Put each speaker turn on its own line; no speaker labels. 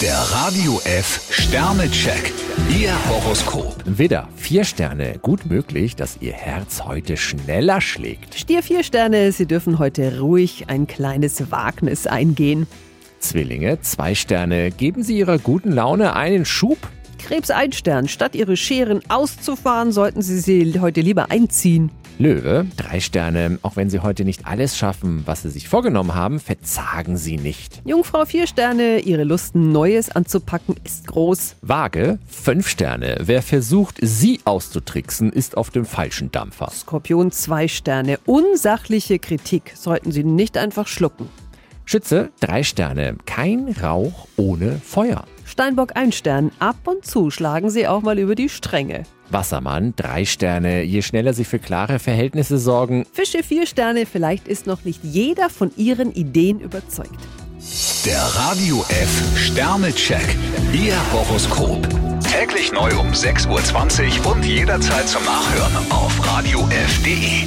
Der Radio F Sternecheck. Ihr Horoskop.
Widder, vier Sterne, gut möglich, dass Ihr Herz heute schneller schlägt.
Stier vier Sterne, Sie dürfen heute ruhig ein kleines Wagnis eingehen.
Zwillinge, zwei Sterne, geben Sie Ihrer guten Laune einen Schub.
Krebs ein Stern, statt Ihre Scheren auszufahren, sollten Sie sie heute lieber einziehen.
Löwe, drei Sterne, auch wenn Sie heute nicht alles schaffen, was Sie sich vorgenommen haben, verzagen Sie nicht.
Jungfrau vier Sterne, Ihre Lust Neues anzupacken ist groß.
Waage, fünf Sterne, wer versucht, Sie auszutricksen, ist auf dem falschen Dampfer.
Skorpion zwei Sterne, unsachliche Kritik sollten Sie nicht einfach schlucken.
Schütze, drei Sterne, kein Rauch ohne Feuer.
Steinbock ein Stern, ab und zu schlagen Sie auch mal über die Stränge.
Wassermann, drei Sterne, je schneller Sie für klare Verhältnisse sorgen,
Fische vier Sterne, vielleicht ist noch nicht jeder von Ihren Ideen überzeugt.
Der Radio F Sternecheck. Ihr Horoskop. Täglich neu um 6.20 Uhr und jederzeit zum Nachhören auf Radio E. radiof.de.